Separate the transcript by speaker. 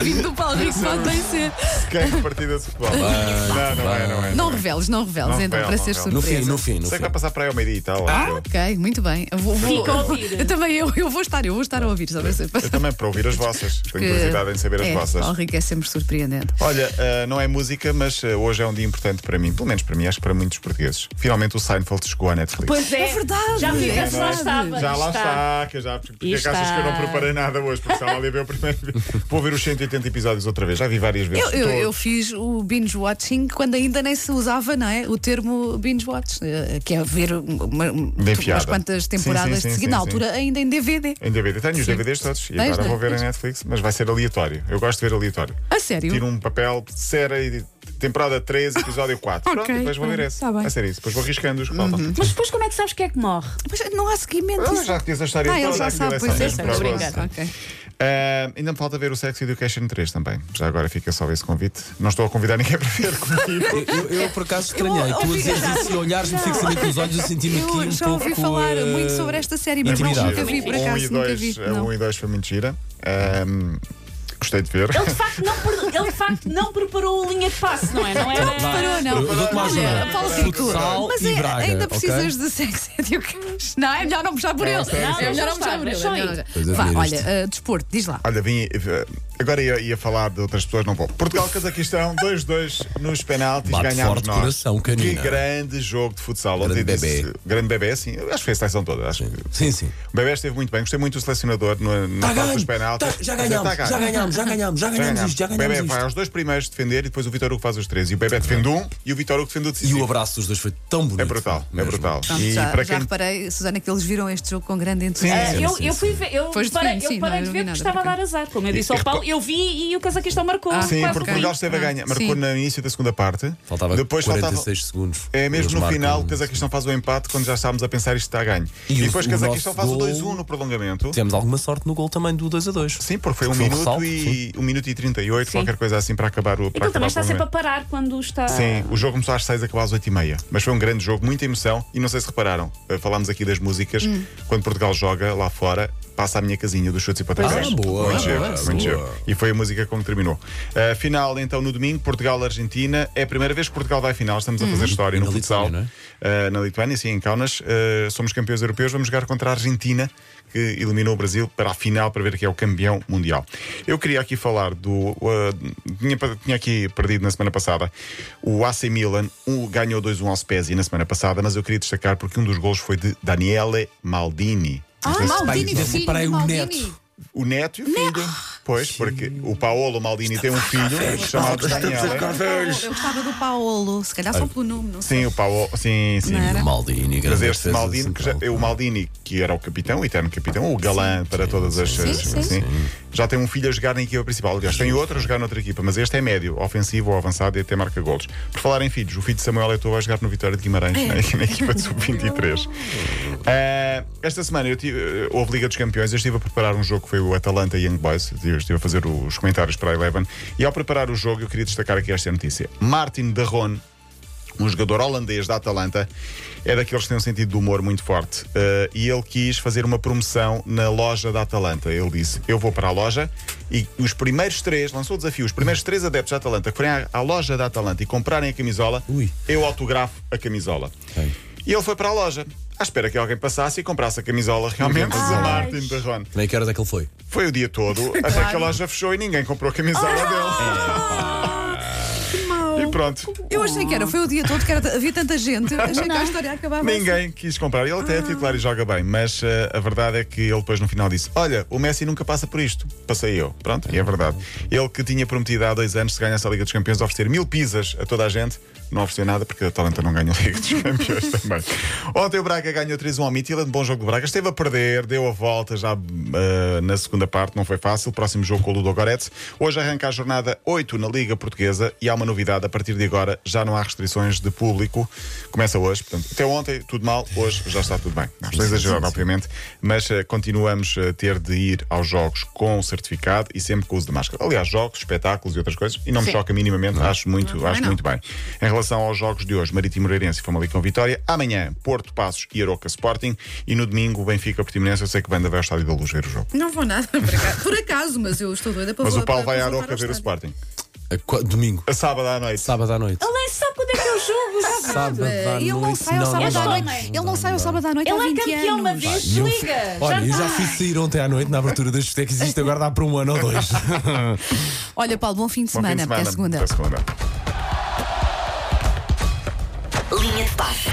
Speaker 1: Vindo do Paulo Rico pode bem ser.
Speaker 2: Quem de partida de futebol?
Speaker 3: Ah,
Speaker 2: não, não é, não é.
Speaker 1: Não reveles, não reveles,
Speaker 2: Não
Speaker 1: então,
Speaker 2: revelo,
Speaker 1: para
Speaker 2: não
Speaker 1: ser
Speaker 2: revelo.
Speaker 3: No
Speaker 1: surpresa.
Speaker 3: fim, no fim, no
Speaker 2: Sei que
Speaker 3: fim.
Speaker 2: vai passar para aí ao meio-dia e tal.
Speaker 1: Ah,
Speaker 2: acho eu.
Speaker 1: ok, muito bem. Eu vou, vou-
Speaker 4: Fica a ouvir.
Speaker 1: Eu também eu, eu vou estar, eu vou estar a ouvir, só para ser.
Speaker 2: Eu também, para ouvir as vossas. Tenho curiosidade em saber as
Speaker 1: é,
Speaker 2: vossas.
Speaker 1: Paulo Rico é sempre surpreendente.
Speaker 2: Olha, ah, não é música, mas ah, hoje é um dia importante para mim, pelo menos para mim, acho que para muitos portugueses. Finalmente o Seinfeld chegou à Netflix.
Speaker 4: Pois é.
Speaker 1: É verdade. É
Speaker 4: Já ficaste lá
Speaker 1: verdade.
Speaker 4: estava.
Speaker 2: já lá está. que eu já, porque é que achas
Speaker 4: está.
Speaker 2: que eu não preparei nada hoje? Porque estava ali a ver o primeiro. Vou ver os 180 episódios outra vez, já vi várias vezes.
Speaker 1: Eu, eu,
Speaker 2: Estou-
Speaker 1: eu fiz o binge watching quando ainda nem se usava, não é? O termo binge watch, eh, que é ver uma- umas
Speaker 2: piada.
Speaker 1: quantas
Speaker 2: Sim, sim,
Speaker 1: temporadas
Speaker 2: sim,
Speaker 1: de seguida,
Speaker 2: sim,
Speaker 1: na
Speaker 2: sim.
Speaker 1: altura ainda em DVD.
Speaker 2: Em DVD, tenho os
Speaker 1: Sim.
Speaker 2: DVDs todos e
Speaker 1: Tens,
Speaker 2: agora
Speaker 1: não é?
Speaker 2: vou ver a
Speaker 1: Tens.
Speaker 2: Netflix, mas vai ser aleatório. Eu gosto de ver aleatório.
Speaker 1: A sério?
Speaker 2: Tiro um papel, cera e temporada 3, episódio 4.
Speaker 1: Ok,
Speaker 2: Pronto, depois vou ver
Speaker 1: pronto,
Speaker 2: esse.
Speaker 1: tá bem. Uhum.
Speaker 2: vai ser isso. Depois vou riscando os que faltam.
Speaker 4: Mas depois como é que sabes quem é que morre?
Speaker 1: Mas não há seguimento.
Speaker 2: Ah,
Speaker 1: isso-
Speaker 2: já conheço a história
Speaker 1: Ah, ele
Speaker 2: toda,
Speaker 1: já
Speaker 2: aquilo
Speaker 1: sabe,
Speaker 2: é só
Speaker 1: pois é,
Speaker 2: mesmo
Speaker 1: sei,
Speaker 2: para
Speaker 1: estou a
Speaker 2: gosto.
Speaker 1: brincar. Ok.
Speaker 2: Ah, ainda me falta ver o Sex Education 3 também. Já agora fica só esse convite. Não estou a convidar ninguém para ver comigo.
Speaker 3: Eu, eu, por acaso estranhei.
Speaker 1: Eu-
Speaker 3: Tu a
Speaker 1: eu-
Speaker 3: dizeres isso e olhares-me fixamente nos olhos, eu senti-me aqui
Speaker 1: Eu
Speaker 3: um
Speaker 1: já
Speaker 3: pouco.
Speaker 1: ouvi falar
Speaker 3: eh,
Speaker 1: muito sobre esta série, mas não,
Speaker 3: intimidado.
Speaker 1: nunca vi, por
Speaker 2: Um
Speaker 1: acaso,
Speaker 2: e
Speaker 1: nunca
Speaker 2: dois,
Speaker 1: vi.
Speaker 2: a um
Speaker 1: não.
Speaker 2: e dois foi muito gira. Ah, gostei de ver.
Speaker 4: Ele de facto não, pre- ele de facto não preparou a linha de passe, não é? Não é?
Speaker 3: Vá,
Speaker 1: Parou, não.
Speaker 3: eu- eu dou-te uma ajuda.
Speaker 1: Olha, Paulo Rico,
Speaker 3: Futsal
Speaker 1: mas
Speaker 3: e
Speaker 1: é-
Speaker 3: Braga,
Speaker 1: ainda precisas
Speaker 3: ok?
Speaker 1: de sex education. Não, é melhor não puxar por ele.
Speaker 2: Não, sério,
Speaker 1: É
Speaker 2: sério.
Speaker 1: melhor não puxar por ele.
Speaker 4: Deixa
Speaker 1: é melhor
Speaker 4: aí.
Speaker 1: não
Speaker 3: Pois é,
Speaker 1: puxar. Vá,
Speaker 3: vira isto.
Speaker 1: olha, ah, desporto, diz lá.
Speaker 2: Olha, vim. eh, Agora ia, ia falar de outras pessoas, não vou. Portugal, Cazaquistão, 2-2 nos penaltis,
Speaker 3: Bate
Speaker 2: ganhámos
Speaker 3: forte
Speaker 2: nós.
Speaker 3: coração,
Speaker 2: que
Speaker 3: canina.
Speaker 2: grande jogo de futsal. Ontem
Speaker 3: Grande
Speaker 2: disse-
Speaker 3: bebê.
Speaker 2: Grande bebê, sim. Eu Acho que foi a seleção toda. Acho que-
Speaker 3: Sim, sim.
Speaker 2: O bebê esteve muito bem. Gostei muito do selecionador no, na
Speaker 3: Tá
Speaker 2: parte
Speaker 3: ganho,
Speaker 2: dos penaltis.
Speaker 3: tá-
Speaker 2: Quer dizer,
Speaker 3: já ganhámos,
Speaker 2: tá ganho.
Speaker 3: já ganhámos, já ganhámos, já
Speaker 2: Já
Speaker 3: ganhámos isto, já
Speaker 2: O bebê
Speaker 3: ganhámos
Speaker 2: vai
Speaker 3: isto.
Speaker 2: aos dois primeiros defender e depois o Vitor Hugo faz os três. E o bebê defende um e o Vitor Hugo defende o
Speaker 3: E
Speaker 2: decisivo.
Speaker 3: o abraço dos dois foi tão bonito.
Speaker 2: É brutal, é
Speaker 3: mesmo.
Speaker 2: brutal.
Speaker 1: Pronto,
Speaker 2: e
Speaker 1: já,
Speaker 2: para
Speaker 1: já
Speaker 2: quem
Speaker 1: reparei, Susana, que eles viram este jogo com grande
Speaker 4: Ah,
Speaker 1: entusiasmo.
Speaker 3: sim,
Speaker 4: eu,
Speaker 3: sim,
Speaker 4: eu
Speaker 3: sim.
Speaker 4: fui ver, eu
Speaker 1: Foste
Speaker 4: parei,
Speaker 1: domingo,
Speaker 4: eu
Speaker 1: sim,
Speaker 4: parei
Speaker 1: não,
Speaker 4: de
Speaker 1: eu
Speaker 4: ver
Speaker 1: não
Speaker 4: porque
Speaker 1: vi
Speaker 4: estava a
Speaker 1: nada,
Speaker 4: dar azar. Como eu disse ao
Speaker 2: e
Speaker 4: Paulo, eu vi e o Cazaquistão marcou.
Speaker 1: Ah,
Speaker 2: Sim,
Speaker 4: Quase
Speaker 2: porque
Speaker 4: ganhou.
Speaker 2: Portugal esteve a
Speaker 1: Ah,
Speaker 2: ganhar. Marcou
Speaker 1: sim.
Speaker 2: no início da segunda parte.
Speaker 3: Faltava
Speaker 2: depois
Speaker 3: 46
Speaker 2: faltava...
Speaker 3: segundos.
Speaker 2: É
Speaker 3: Eles
Speaker 2: mesmo no
Speaker 3: marcam-
Speaker 2: final que Cazaquistão faz o empate quando já estávamos a pensar isto está a ganho.
Speaker 3: E
Speaker 2: E,
Speaker 3: o-
Speaker 2: depois
Speaker 3: o
Speaker 2: Cazaquistão faz
Speaker 3: nosso
Speaker 2: o
Speaker 3: gol-
Speaker 2: 2-1 no prolongamento.
Speaker 3: Temos alguma sorte no gol também do 2 a 2.
Speaker 2: Sim, porque foi um
Speaker 3: Foi um
Speaker 2: minuto
Speaker 3: ressalto,
Speaker 2: e um minuto e 38, qualquer coisa assim para acabar o para
Speaker 4: Aquilo
Speaker 2: acabar
Speaker 4: Então também
Speaker 2: o
Speaker 4: está sempre a
Speaker 2: prolongamento.
Speaker 4: parar quando está.
Speaker 2: Sim, o jogo começou às 6 acabou às 8 e meia. Mas foi um grande jogo, muita emoção. E não sei se repararam, eh, falámos aqui das músicas.
Speaker 4: Hum.
Speaker 2: Quando Portugal joga lá fora, passa a minha casinha dos chutes e pontapés.
Speaker 3: Ah, boa,
Speaker 2: muito giro,
Speaker 3: boa,
Speaker 2: muito
Speaker 3: boa.
Speaker 2: giro. E foi a música como terminou. Eh, final, então, no domingo, Portugal-Argentina. É a primeira vez que Portugal vai à final. Estamos a fazer história
Speaker 3: Uhum. E
Speaker 2: no
Speaker 3: na é?
Speaker 2: futsal.
Speaker 3: Lituânia,
Speaker 2: Eh, na Lituânia, sim, em Kaunas. Eh, somos campeões europeus. Vamos jogar contra a Argentina, que eliminou o Brasil para a final, para ver quem é o campeão mundial. Eu queria aqui falar do. eh, tinha, pa- tinha aqui perdido na semana passada. O AC Milan um, ganhou 2-1 ao Spezia na semana passada, mas eu queria destacar porque um dos golos foi de Daniele Maldini. Não sei se-
Speaker 1: Ah, Maldini,
Speaker 3: Pai,
Speaker 1: filho,
Speaker 3: parei o
Speaker 1: Maldini.
Speaker 3: neto.
Speaker 2: o neto e o filho. Pois, porque o Paolo Maldini tem um filho chamado Daniele.
Speaker 1: Ah, Eu gostava do Paolo, se calhar só pelo nome, não sei.
Speaker 2: Sim, o Paolo. Sim, sim.
Speaker 1: Não é? era?
Speaker 3: Maldini,
Speaker 2: Mas
Speaker 3: grande
Speaker 2: este
Speaker 3: defesa
Speaker 2: Maldini, que já-
Speaker 3: central.
Speaker 2: o Maldini, que era o capitão, o eterno capitão, o galã para todas as.
Speaker 1: sim,
Speaker 2: as-
Speaker 1: sim.
Speaker 2: já tem um filho a jogar na equipa principal. Aliás, tem outro a jogar noutra equipa, mas este é médio, ofensivo ou avançado e até marca golos. Por falar em filhos, o filho de Samuel Eto'o vai jogar no Vitória de Guimarães, na, na equipa de sub-23. Ah, esta semana eu tive- houve Liga dos Campeões, eu estive a preparar um jogo que foi o Atalanta Young Boys, eu estive a fazer os comentários para a Eleven, e ao preparar o jogo eu queria destacar aqui esta notícia. Martin Darron, um jogador holandês da Atalanta, é daqueles que têm um sentido de humor muito forte. eh, e ele quis fazer uma promoção na loja da Atalanta. Ele disse: Eu vou para a loja e os primeiros três, lançou o desafio, os primeiros três adeptos da Atalanta que forem à, à loja da Atalanta e comprarem a camisola,
Speaker 3: Ui.
Speaker 2: eu autografo a camisola.
Speaker 3: Ok.
Speaker 2: E ele foi para a loja, à espera que alguém passasse e comprasse a camisola realmente de Martin Barron.
Speaker 3: Nem que horas é que ele foi?
Speaker 2: Foi o dia todo, até que a loja fechou e ninguém comprou a camisola dele. E pronto.
Speaker 1: Eu achei que era, foi o dia todo que era, havia tanta gente, achei que a história acabava. assim.
Speaker 2: Ninguém quis comprar. Ele até é titular e joga bem, mas eh, a verdade é que ele depois no final disse: Olha, o Messi nunca passa por isto. Passei eu. Pronto, e é verdade. Ele que tinha prometido há dois anos, se ganhasse a Liga dos Campeões, oferecer mil pizzas a toda a gente, não ofereceu nada porque a Atalanta não ganha a Liga dos Campeões também. Ontem o Braga ganhou 3-1 ao Mitila, de bom jogo do Braga. Esteve a perder, deu a volta já eh, na segunda parte, não foi fácil. Próximo jogo com o Ludo Goretz. Hoje arranca a jornada 8 na Liga Portuguesa e há uma novidade: a partir de agora já não há restrições de público. Começa hoje, portanto, até ontem tudo mal, hoje já está tudo bem. Não estou a exagerar, obviamente, mas eh, continuamos a ter de ir aos jogos com o certificado e sempre com o uso de máscara. Aliás, jogos, espetáculos e outras coisas, e não me choca minimamente, acho muito, acho
Speaker 1: não.
Speaker 2: muito bem. Em relação relação aos jogos de hoje, Marítimo Moreirense e Famalicão Vitória. Amanhã, Porto Passos e Aroca Sporting. E no domingo, Benfica Portimonense. Eu sei que Banda vai ao Estádio da Luz ver o jogo.
Speaker 1: Não vou nada por acaso, por acaso, mas eu estou doida para
Speaker 2: Mas
Speaker 1: vo-
Speaker 2: o Paulo
Speaker 1: para-
Speaker 2: vai à
Speaker 1: para
Speaker 2: Aroca
Speaker 1: voltar ao
Speaker 2: ver o
Speaker 1: estádio.
Speaker 2: Sporting.
Speaker 3: A qua- domingo.
Speaker 2: A sábado à noite.
Speaker 3: Sábado à noite.
Speaker 4: Ele nem sabe quando é que é o jogo. já
Speaker 3: Sábado
Speaker 4: sabe.
Speaker 3: à
Speaker 1: Eh, Ele não
Speaker 3: noite.
Speaker 1: sai ao sábado
Speaker 4: não
Speaker 1: à
Speaker 4: dá.
Speaker 1: noite. Ele não sai ao sábado à noite há
Speaker 4: Ele é
Speaker 1: 20
Speaker 4: campeão
Speaker 1: Então,
Speaker 4: uma
Speaker 1: anos.
Speaker 4: vez,
Speaker 3: E eu
Speaker 4: desliga.
Speaker 3: fi- Olha, eu já
Speaker 4: está.
Speaker 3: fiz sair ontem à noite na abertura das discotecas. Isto agora dá para um ano ou dois.
Speaker 1: Olha, Paulo, bom fim de
Speaker 2: Bom fim
Speaker 1: semana,
Speaker 2: de
Speaker 1: até segunda.
Speaker 2: Até segunda.